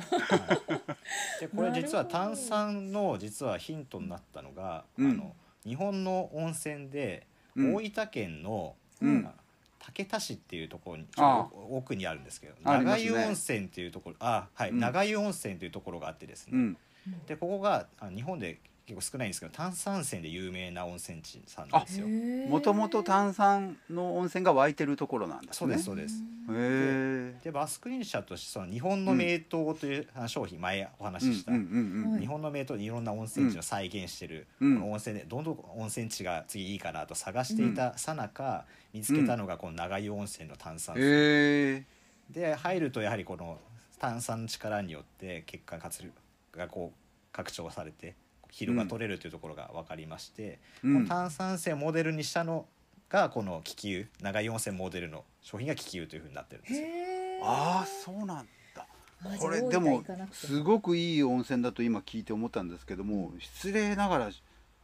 Speaker 4: でこれ実は
Speaker 3: なるほど
Speaker 4: 炭酸の実はヒントになったのが、
Speaker 2: うん
Speaker 4: あの日本の温泉で、
Speaker 2: うん
Speaker 4: 大分県の、
Speaker 2: うん
Speaker 4: あ竹田市っていうところに
Speaker 2: ああ
Speaker 4: 奥にあるんですけど
Speaker 2: ありま
Speaker 4: 長
Speaker 2: すね
Speaker 4: 湯温泉っていうところあはい、
Speaker 2: うん
Speaker 4: 長湯温泉というところがあってです
Speaker 2: う
Speaker 4: ね、
Speaker 2: ん
Speaker 4: でここがあ日本で結構少ないんですけど炭酸泉で有名な温泉地さんなんですよ。
Speaker 2: もともと炭酸の温泉が湧いてるところなんですね。
Speaker 4: そうですそうです。
Speaker 2: へえ。
Speaker 4: でバスクリン社としてその日本の名湯というあ商品前お話しした、
Speaker 2: うんうんうんうん
Speaker 4: 日本の名湯にいろんな温泉地を再現してる、
Speaker 2: うん
Speaker 4: この温泉でどんどん温泉地が次いいかなと探していたさなか見つけたのがこの長湯温泉の炭酸水、
Speaker 2: へえ。
Speaker 4: で入るとやはりこの炭酸の力によって血管活力がこう拡張されて疲労が取れるというところが分かりまして、
Speaker 2: うん
Speaker 4: この炭酸泉をモデルにしたのがこの気球長湯温泉モデルの商品が気球というふうになってるんですよ。
Speaker 3: へー
Speaker 2: ああそうなんだ。
Speaker 3: あ
Speaker 2: これ
Speaker 3: じゃあ
Speaker 2: で
Speaker 3: 大
Speaker 2: も
Speaker 3: 分行かなくて
Speaker 2: すごくいい温泉だと今聞いて思ったんですけども、失礼ながら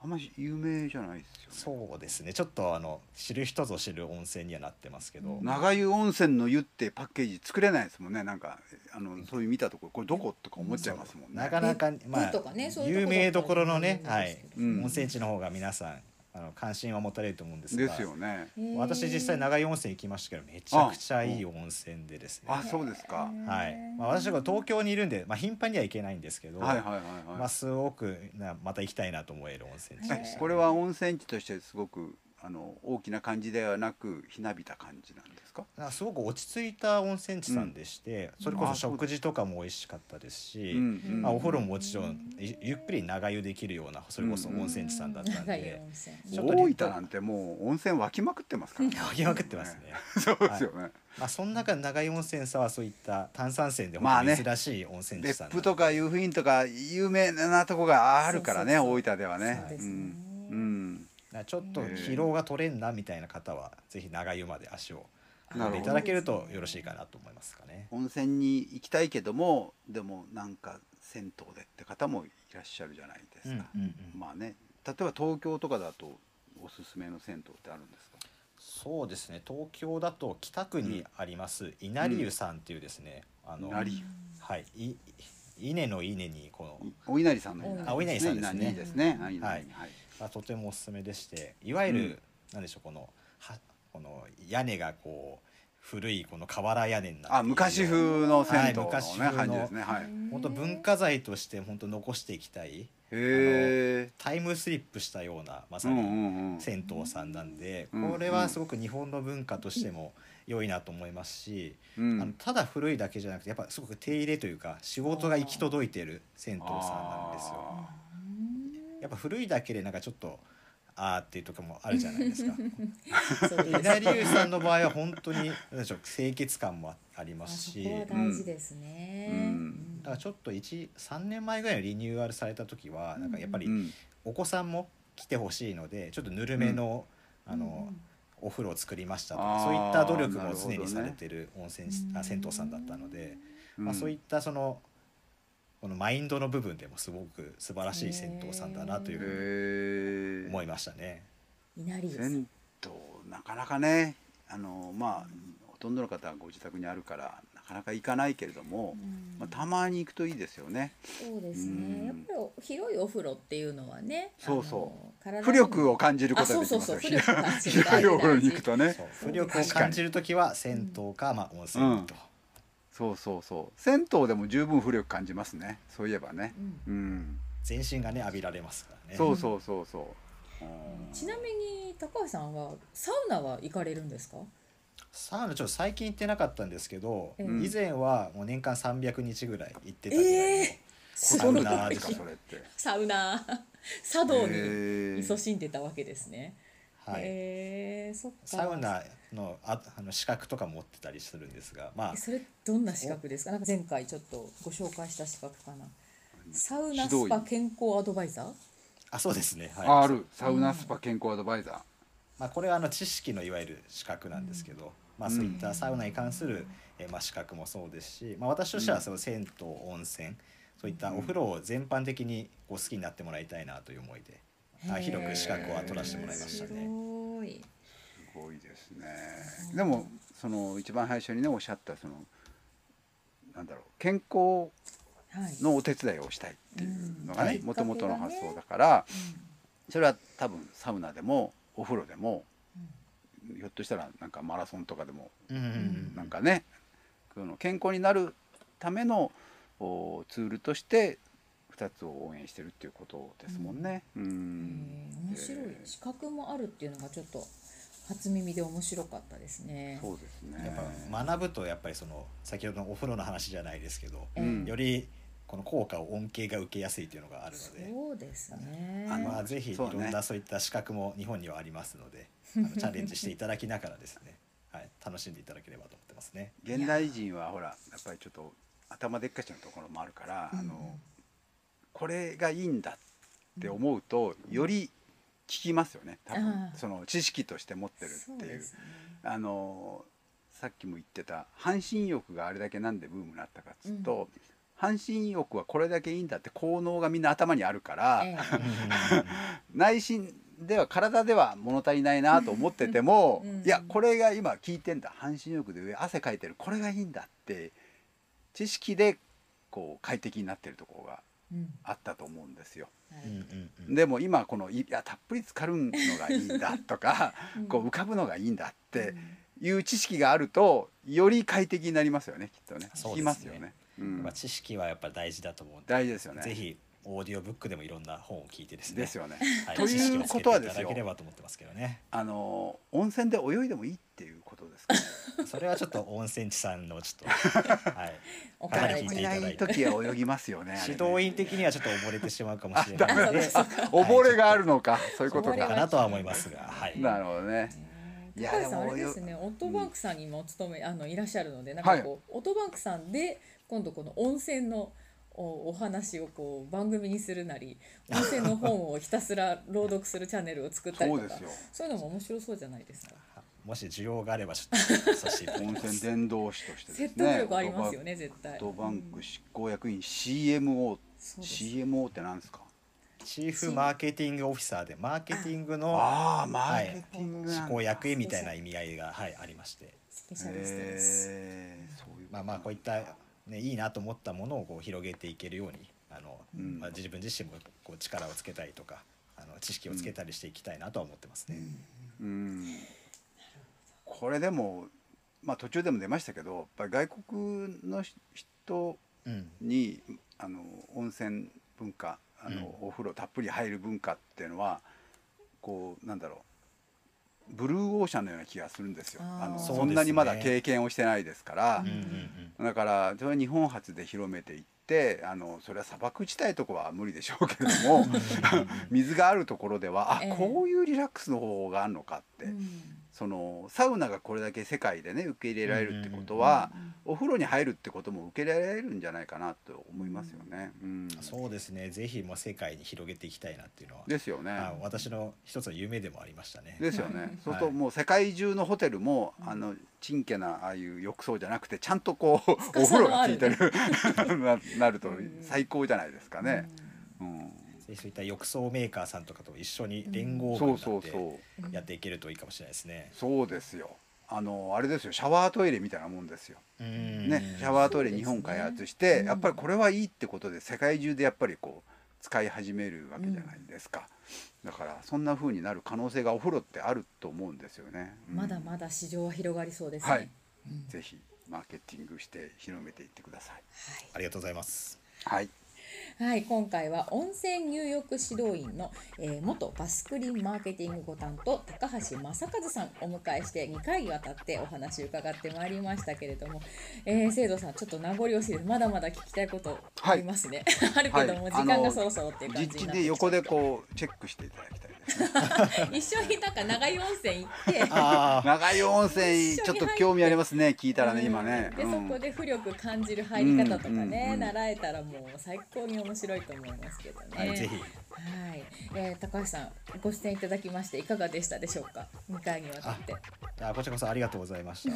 Speaker 2: あんまり有名じゃないですよね。
Speaker 4: そうですねちょっとあの知る人ぞ知る温泉にはなってますけど、
Speaker 3: うん
Speaker 2: 長湯温泉の湯ってパッケージ作れないですもんねなんかあのそういう見たところこれどことか思っちゃいますもんね
Speaker 4: な。かなか、ま
Speaker 3: 湯
Speaker 4: あ
Speaker 3: とかねそういう
Speaker 4: 有
Speaker 3: とこだったら
Speaker 4: 名どころのね、
Speaker 3: 有名
Speaker 4: は
Speaker 3: で
Speaker 4: い
Speaker 3: すけど
Speaker 2: うん
Speaker 4: 温泉地の方が皆さんあの関心は持たれると思うんですが
Speaker 2: ですよね。
Speaker 3: へー
Speaker 4: 私実際長井温泉行きましたけどめちゃくちゃいい温泉でですね
Speaker 2: あそうですか。
Speaker 4: はいまあ、私は東京にいるんで、まあ、頻繁には行けないんですけど、
Speaker 2: はいはいはいはい。
Speaker 4: まあ、すごくなまた行きたいなと思える温泉地でした、
Speaker 2: これは温泉地としてすごくあの大きな感じではなくひなびた感じなんですか
Speaker 4: なんかすごく落ち着いた温泉地さんでして、それこ
Speaker 2: あ
Speaker 4: そ
Speaker 2: そう
Speaker 4: 食事とかも美味しかったですし、
Speaker 2: うん
Speaker 4: まあ、お風呂ももちろんゆゆっくり長湯できるようなそれこそ温泉地さんだったん
Speaker 3: 長い
Speaker 4: で
Speaker 3: 温、泉
Speaker 4: ちょっと
Speaker 2: 大分なんてもう温泉湧きまくってますからね
Speaker 4: 湧きまくってますね。
Speaker 2: [laughs] そうですよね、
Speaker 4: まあ、その中で長井温泉さんはそういった炭酸泉で
Speaker 2: まあ
Speaker 4: 本当
Speaker 2: ね
Speaker 4: に珍しい温泉地
Speaker 2: 別
Speaker 4: さんなんで、
Speaker 2: 府とか湯布院とか有名なとこがあるからね
Speaker 3: そうそう
Speaker 2: 大分ではね
Speaker 3: そうです
Speaker 2: う
Speaker 3: ね
Speaker 2: んうん
Speaker 4: なんかちょっと疲労が取れんなみたいな方はぜひ長湯まで足を
Speaker 2: なるほ
Speaker 4: 運ん
Speaker 2: ど
Speaker 4: でいただけるとよろしいかなと思いますかね。
Speaker 2: 温泉に行きたいけどもでもなんか銭湯でって方もいらっしゃるじゃないですか、
Speaker 4: うんうんうん
Speaker 2: まあね例えば東京とかだとおすすめの銭湯ってあるんですか
Speaker 4: そうですね東京だと北区にあります稲荷湯さんっていうですね、あの
Speaker 2: 稲荷
Speaker 4: はいい稲の稲にこの
Speaker 2: いお稲荷さんの
Speaker 3: あお
Speaker 4: 稲荷さんですね
Speaker 2: 稲荷ですね。
Speaker 4: ん
Speaker 2: はい
Speaker 4: まあ、とてもおすすめでしていわゆる、
Speaker 2: うん
Speaker 4: なんでしょうこのはこの屋根がこう古いこの瓦屋根になっているような
Speaker 2: あ、昔風の銭湯の
Speaker 4: はい
Speaker 2: ね
Speaker 4: 昔風の
Speaker 2: 感じですね。はい。
Speaker 4: 本当文化財として本当残していきたい
Speaker 2: へえ。
Speaker 4: タイムスリップしたようなま
Speaker 2: う
Speaker 4: さ
Speaker 2: んう
Speaker 4: に
Speaker 2: んうん。
Speaker 4: 銭湯さんなんで、
Speaker 2: うん
Speaker 4: これはすごく日本の文化としても良いなと思いますし、
Speaker 2: う
Speaker 4: あの
Speaker 2: ん。
Speaker 4: ただ古いだけじゃなくてやっぱすごく手入れというか仕事が行き届いてる銭湯さんなんですよ。
Speaker 2: あ
Speaker 4: やっぱ古いだけでなんかちょっとあーっていうとこもあるじゃない
Speaker 2: [laughs]
Speaker 4: ですか。
Speaker 3: そうです
Speaker 4: 稲荷湯さんの場合は本当に何でしょう清潔感もありま
Speaker 3: あ
Speaker 4: す
Speaker 3: そ
Speaker 4: し。
Speaker 3: こは大事ですね、
Speaker 2: うん
Speaker 4: だからちょっと13年前ぐらいにリニューアルされた時はなんかやっぱ
Speaker 2: ー
Speaker 4: り
Speaker 2: うん。
Speaker 4: お子さんも来てほしいのでちょっとぬるめの,、あのお風呂を作りましたと
Speaker 2: あ
Speaker 4: か
Speaker 2: ー
Speaker 4: そういった努力も
Speaker 2: な
Speaker 4: 常
Speaker 2: るほ
Speaker 4: に
Speaker 2: どね
Speaker 4: されてる温泉地、あ銭湯さんだったので、まあ、そういっ
Speaker 2: った
Speaker 4: そのこのマインドの部分でもすごく素晴らしい銭湯さんだなと
Speaker 2: て
Speaker 4: いうふうに
Speaker 2: へ
Speaker 4: 思
Speaker 2: え。
Speaker 4: いましたね。
Speaker 3: 稲荷湯さん
Speaker 2: 銭湯なかなかね、あのまあほとんどの方はご自宅にあるからなかなか行かないけれども、まあたまに行くといいですよね。
Speaker 3: そうです
Speaker 2: うん
Speaker 3: ねやっぱりお広いお風呂っていうのはね
Speaker 2: そうそ
Speaker 3: あの体にも
Speaker 2: 浮力を感じることが
Speaker 3: あ
Speaker 2: でき
Speaker 3: そう
Speaker 2: ますよ。
Speaker 3: そうそう浮力を感
Speaker 2: [laughs]
Speaker 3: じる
Speaker 2: 広いお風呂に行くとね。
Speaker 4: そう浮力を感じる時は銭湯か、まあ、温泉と、
Speaker 2: そうそうそう銭湯でも十分浮力感じますねそういえばね
Speaker 3: うん
Speaker 2: うん、
Speaker 4: 全身がね浴びられますからね。
Speaker 2: そうそうそうそう、
Speaker 3: ちなみに高橋さんはサウナは行かれるんですか
Speaker 4: サウナちょっと最近行ってなかったんですけど、
Speaker 3: うん
Speaker 4: 以前はもう年間300日ぐらい行ってたぐらいの、
Speaker 3: ええ
Speaker 2: ほ
Speaker 3: す
Speaker 2: と
Speaker 3: ご
Speaker 2: ん
Speaker 3: い
Speaker 2: どなんですかそれって
Speaker 3: サウナー茶道に
Speaker 2: へ
Speaker 3: 勤
Speaker 2: ー
Speaker 3: しんでたわけですね
Speaker 4: はい、
Speaker 3: へえそっか
Speaker 4: サウナのああの資格とか持ってたりするんですが、まあ
Speaker 3: え、それどんな資格ですかなんか前回ちょっとご紹介した資格かなサウナ
Speaker 2: 指導
Speaker 3: ス
Speaker 2: 員
Speaker 3: パ健康アドバイザー
Speaker 4: あそうですね、はい
Speaker 2: ああるサウナスパ健康アドバイザ
Speaker 4: まあ、これはあの知識のいわゆる資格なんですけど、まあ、そういったサウナに関する、えーまあ、資格もそうですし、まあ、私としてはその銭湯温泉そういったお風呂を全般的にこう好きになってもらいたいなという思いで、
Speaker 3: へー
Speaker 4: あ広く資格を取らせてもらいました
Speaker 3: す
Speaker 4: ね。
Speaker 3: ごい
Speaker 2: ーすごいですねでもその一番最初にねおっしゃったそのなんだろう健康
Speaker 3: はい
Speaker 2: のお手伝いをしたいっていうのがね
Speaker 4: うん
Speaker 2: もともとの
Speaker 3: きっかけがね
Speaker 2: 発想だから、それは多分サウナでもお風呂でも、ひょっとしたらなんかマラソンとかでも
Speaker 4: うんうんうん
Speaker 2: なんかね、その健康になるためのおツールとして2つを応援してるっていうことですもんね。うん
Speaker 3: 面白い
Speaker 2: え
Speaker 3: 資格もあるっていうのがちょっと初耳で面白かったです
Speaker 2: ー。
Speaker 3: ね
Speaker 2: そうですね。
Speaker 4: やっぱ学ぶとやっぱりその先ほどのお風呂の話じゃないですけど、
Speaker 3: ええ
Speaker 2: うん
Speaker 4: よりこの効果を恩恵が受けやすいというのがあるので、
Speaker 3: そうですね。
Speaker 2: あの
Speaker 4: まあぜひい
Speaker 2: そう
Speaker 4: ろ
Speaker 2: ね
Speaker 4: んなそういった資格も日本にはありますので、 [laughs] あのチャレンジしていただきながらですね、はい楽しんでいただければと思ってますね。
Speaker 2: 現代人はほらやっぱりちょっと頭でっかちなところもあるから、あ
Speaker 3: うん
Speaker 2: のこれがいいんだって思うと、より効きますよね多
Speaker 3: あ
Speaker 2: 分
Speaker 3: あ
Speaker 2: その知識として持ってる
Speaker 3: そ
Speaker 2: っていう
Speaker 3: ですね
Speaker 2: あのさっきも言ってた半身浴があれだけなんでブームになったかっつうと、半身浴はこれだけいいんだって効能がみんな頭にあるから、
Speaker 3: え
Speaker 2: 内心では体では物足りないなと思ってても、
Speaker 3: うん
Speaker 2: いやこれが今効いてんだ半身浴で上汗かいてるこれがいいんだって知識でこう快適になってるところが
Speaker 3: えうん
Speaker 2: あったと思うんですよ。
Speaker 3: な
Speaker 4: うんうん
Speaker 3: る
Speaker 4: うん
Speaker 2: でも今このいいやたっぷり浸かるのがいいんだと
Speaker 4: [laughs]
Speaker 2: か、
Speaker 3: ほど
Speaker 2: こう浮かぶのがいいんだっ
Speaker 3: う
Speaker 2: て
Speaker 3: ん
Speaker 2: いう知識があるとより快適になりますよねきっとね。
Speaker 4: そう
Speaker 2: 効き
Speaker 4: ですね
Speaker 2: ますよね。うん
Speaker 4: まあ、知識はやっぱ大事だと思うんで、
Speaker 2: 大事ですよね。
Speaker 4: ぜひオーディオブックでもいろんな本を聞いてですね。
Speaker 2: ですよね。
Speaker 4: はい、
Speaker 2: という
Speaker 4: 知識をつけ
Speaker 2: こと
Speaker 4: て
Speaker 2: はいですよ
Speaker 4: ただければと思ってますけどね。
Speaker 2: あの温泉で泳いでもいいっていうことですか、ね。
Speaker 4: それはちょっと温泉地さんのちょっ [laughs] と、 [laughs] はい、
Speaker 3: お
Speaker 4: かな
Speaker 3: 体
Speaker 4: り
Speaker 2: 体
Speaker 4: 聞
Speaker 3: に
Speaker 4: い
Speaker 2: に
Speaker 4: て
Speaker 2: い
Speaker 4: いた
Speaker 2: な
Speaker 4: だいて
Speaker 2: い時は泳ぎますよね。あれ
Speaker 4: 指
Speaker 2: ね
Speaker 4: 導員的にはちょっと溺れてしまうかもしれない
Speaker 2: あダ
Speaker 4: の [laughs]
Speaker 2: メ
Speaker 4: で、
Speaker 2: だ溺れがあるのか、そういうこと
Speaker 3: 溺れ
Speaker 4: か
Speaker 2: か。
Speaker 4: なとは思いますが、はい。
Speaker 2: なるほどね。いや
Speaker 3: 高橋さんあ
Speaker 2: でも
Speaker 3: れですね、オットバンクさんにもお勤め、あのいらっしゃるので、なんかこう、オットバンクさんで今度この温泉のおお話をこう番組にするなり、温泉の本をひたすら朗読するチャンネルを作ったり
Speaker 2: そ
Speaker 3: と
Speaker 2: う
Speaker 3: か、
Speaker 2: ですよ。
Speaker 3: そういうのも面白そうじゃないですか。
Speaker 4: もし需要があればちょっとさせていただき
Speaker 2: 温
Speaker 4: ま
Speaker 2: 泉
Speaker 4: す。
Speaker 2: 伝道師としてですね。
Speaker 3: 説得力ありますよね、絶
Speaker 2: オ
Speaker 3: 対。
Speaker 2: ットバンク執行役員 CMO、
Speaker 3: そうです
Speaker 2: CMO ってなんですか。
Speaker 4: チーフマーケティングオフィサーでマーケティングの
Speaker 2: ああ、マーケティング
Speaker 4: 執
Speaker 2: なんだ。
Speaker 4: 行役員みたいな意味合いが、はい、ありまして、
Speaker 3: スペシャリストです。
Speaker 2: えーそういう
Speaker 4: まあまあこういった、ね、いいなと思ったものをこう広げていけるようにあの、
Speaker 2: うん
Speaker 4: まあ、自分自身もこう力をつけたりとかあの知識をつけたりしていきたいなとは思ってますね。
Speaker 2: うんこれでも、まあ途中でも出ましたけど、やっぱり外国の人
Speaker 4: うん
Speaker 2: にあの温泉文化あの、お風呂たっぷり入る文化っていうのはこうなんだろうブルーオーシャンのような気がするんですよ。
Speaker 3: あー
Speaker 2: あの
Speaker 3: そうです
Speaker 2: そ
Speaker 4: ね
Speaker 2: んなにまだ経験をしてないですから
Speaker 4: うん、うんうん
Speaker 2: だからそれは日本初で広めていってあのそれは砂漠地帯とかは無理でしょうけれども [laughs] 水があるところではあ、
Speaker 3: ええ
Speaker 2: こういうリラックスの方法があるのかって、
Speaker 3: うん
Speaker 2: そのサウナがこれだけ世界でね受け入れられるってことは、お風呂に入るってことも受け入れられるんじゃないかなと思いますよね。うん
Speaker 4: そうですねぜひもう世界に広げていきたいなっていうのは、
Speaker 2: ですよね。
Speaker 4: あ私の一つの夢でもありましたね。
Speaker 2: ですよね。そうするともう世界中のホテルも、あのちんけなああいう浴槽じゃなくてちゃんとこうお風呂がついてる [laughs] ななると最高じゃないですかね。うん
Speaker 4: ぜひそういった浴槽メーカーさんとかと一緒に連合軍
Speaker 2: そ
Speaker 4: に
Speaker 2: うそ
Speaker 4: なっ
Speaker 2: う
Speaker 4: て
Speaker 2: そう
Speaker 4: やっていけるといいかもしれないですね。
Speaker 2: そうですよ。あのあれですよシャワートイレみたいなもんですよ。
Speaker 4: うん
Speaker 2: ね、シャワートイレ日本開発して、
Speaker 3: うん
Speaker 2: やっぱりこれはいいってことで世界中でやっぱりこう使い始めるわけじゃないですか、だからそんな風になる可能性がお風呂ってあると思うんですよね、うん
Speaker 3: まだまだ市場は広がりそうですね。
Speaker 2: はい、ぜひマーケティングして広めていってください
Speaker 3: はい
Speaker 4: ありがとうございます。
Speaker 2: はい
Speaker 3: はい、今回は温泉入浴指導員の、えー元バスクリンマーケティングご担当高橋正和さんをお迎えして2回にわたってお話を伺ってまいりましたけれども、えー、聖堂さんちょっと名残惜しいですまだまだ聞きたいことありますね、 [laughs] あるけども
Speaker 2: はい
Speaker 3: 時間がそろそろっていう感じになって
Speaker 2: 実
Speaker 3: き
Speaker 2: 地
Speaker 3: た
Speaker 2: で横でこうチェックしていただきたいですね
Speaker 3: [laughs] 一緒になんか長湯温泉行って
Speaker 4: あ
Speaker 2: 長い温泉ちょっと興味ありますね聞いたらね、今ね、
Speaker 3: で
Speaker 2: う
Speaker 3: そ
Speaker 2: ん
Speaker 3: こで浮力感じる入り方とか
Speaker 2: う
Speaker 3: ね、
Speaker 2: んうん
Speaker 3: 習えたらもう最高に面白いと思いますけどね、
Speaker 4: あ、はい、ぜひ
Speaker 3: はい、えー、高橋さんご出演いただきましていかがでしたでしょうか2回にわたって
Speaker 4: あこちらこそありがとうございまし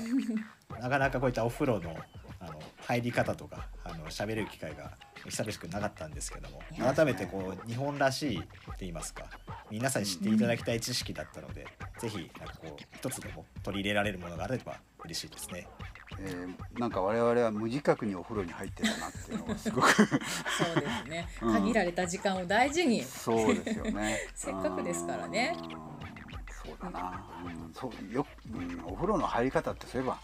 Speaker 4: たなかなかこういったお風呂のあの入り方とかあの喋れる機会が久しくなかったんですけども
Speaker 3: いや
Speaker 4: 改めてこう日本らしいって言いますか皆さんに知っていただきたい知識だったので、ぜひなんかこう一つでも取り入れられるものがあれば嬉しいですね
Speaker 2: えーなんか我々は無自覚にお風呂に入ってたなっていうのがすご
Speaker 3: [laughs]
Speaker 2: く
Speaker 3: そうですね、
Speaker 2: うん
Speaker 3: 限られた時間を大事に
Speaker 2: そうですよね
Speaker 3: せっかくですからね
Speaker 2: うんそうだな、うん、そうよ、うん、お風呂の入り方ってそういえば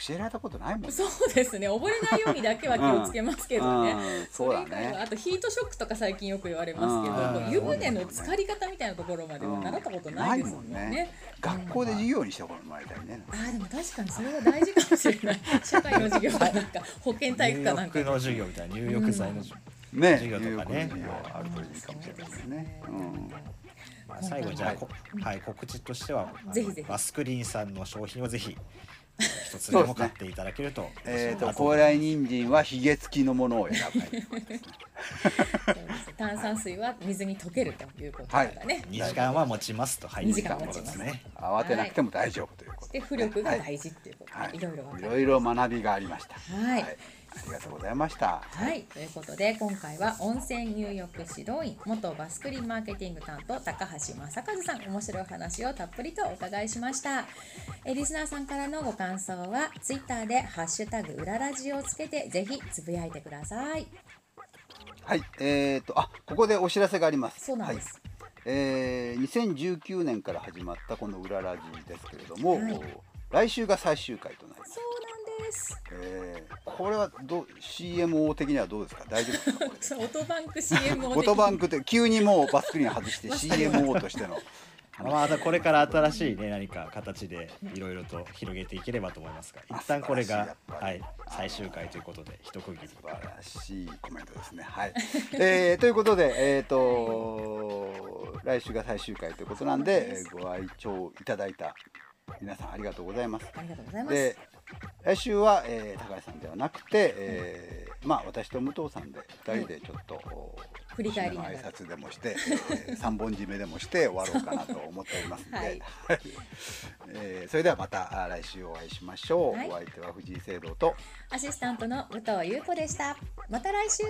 Speaker 2: 教えられたことないもんね
Speaker 3: そうですね溺れないようにだけは気をつけますけどね、
Speaker 2: うん、そうだ
Speaker 3: れ以外は
Speaker 2: ね
Speaker 3: あとヒートショックとか最近よく言われますけど、
Speaker 4: うん
Speaker 3: 湯船の浸かり方みたいなところまでは習ったことないですもんね。
Speaker 2: うんないもんね学校で授業にしてもらいたいね
Speaker 3: あーでも確かにそれは大事かもしれ
Speaker 2: [laughs]
Speaker 3: ない。社会の授業かなんか保健体育かなんか
Speaker 4: 入浴の授業みたいな入浴剤の授業、
Speaker 2: ね
Speaker 4: 授業とかね
Speaker 2: 入浴の授業はあるといいかもしれないですね、うん、
Speaker 4: まあ、最後にじゃあ、こ [laughs] はい、告知としてはあの
Speaker 3: ぜひぜひ
Speaker 4: バスクリーンさんの商品をぜひ一つでも買っていただけると、
Speaker 2: えっ、
Speaker 4: あ
Speaker 2: と高麗人参はひげ付きのものを選ぶ
Speaker 3: 炭酸水は水に溶けるということだね。
Speaker 4: 2時間は持ちますと入
Speaker 3: 二
Speaker 4: っ
Speaker 3: 時
Speaker 4: て
Speaker 3: 間
Speaker 4: た
Speaker 3: は持
Speaker 4: とこ
Speaker 3: ちま
Speaker 4: ろですすね。
Speaker 2: 慌てなくても大丈夫ということ
Speaker 3: そして
Speaker 2: です
Speaker 3: 浮
Speaker 2: ね、
Speaker 3: 力が
Speaker 2: はい
Speaker 3: 大事っていうことで、
Speaker 2: はい
Speaker 3: い、ろいろ分
Speaker 2: い
Speaker 3: か
Speaker 2: ろ
Speaker 3: る。
Speaker 2: いろ学びがありました。
Speaker 3: はい
Speaker 2: ありがとうございました。
Speaker 3: はい、ということで今回は温泉入浴指導員元バスクリンマーケティング担当高橋正和さん面白いお話をたっぷりとお伺いしましたえリスナーさんからのご感想はツイッターでハッシュタグ裏ラジオをつけてぜひつぶやいてください
Speaker 2: はい、えっ、と、あ、ここでお知らせがあります。
Speaker 3: そうなんです、
Speaker 2: はい。えー2019年から始まったこの裏ラジですけれども、
Speaker 3: はい
Speaker 2: 来週が最終回となります。
Speaker 3: そうなんです
Speaker 2: えーこれはどう CMO 的にはどうですか大丈夫ですか [laughs] これ
Speaker 3: そう [laughs] オトバンク CM を
Speaker 2: オトバンクって急にも [laughs] うバスクリーン外して CMO としての
Speaker 4: まあ、これから新しいね何か形でいろいろと広げていければと思いますが一旦これが、
Speaker 2: 素晴
Speaker 4: は
Speaker 2: らしい
Speaker 4: い、最終回ということで一区切り
Speaker 2: 素晴らしいコメントですね。はい。えー、ということで、えっ、と来週が最終回ということなんで、えーご愛聴いただいた皆さんありがとうございます。
Speaker 3: ありがとうございます
Speaker 2: で、来週は、えー高橋さんではなくて、えーまあ私と武藤さんで二人でちょっと、お
Speaker 3: 振り返りながら
Speaker 2: 締めの挨拶でもして、えー三本締めでもして終わろうかなと思っておりますので、
Speaker 3: は
Speaker 2: はいいえーそれではまたあ来週お会いしましょう。
Speaker 3: はい
Speaker 2: お相手は藤井聖堂と。
Speaker 3: アシスタントの武藤優子でしたまた来週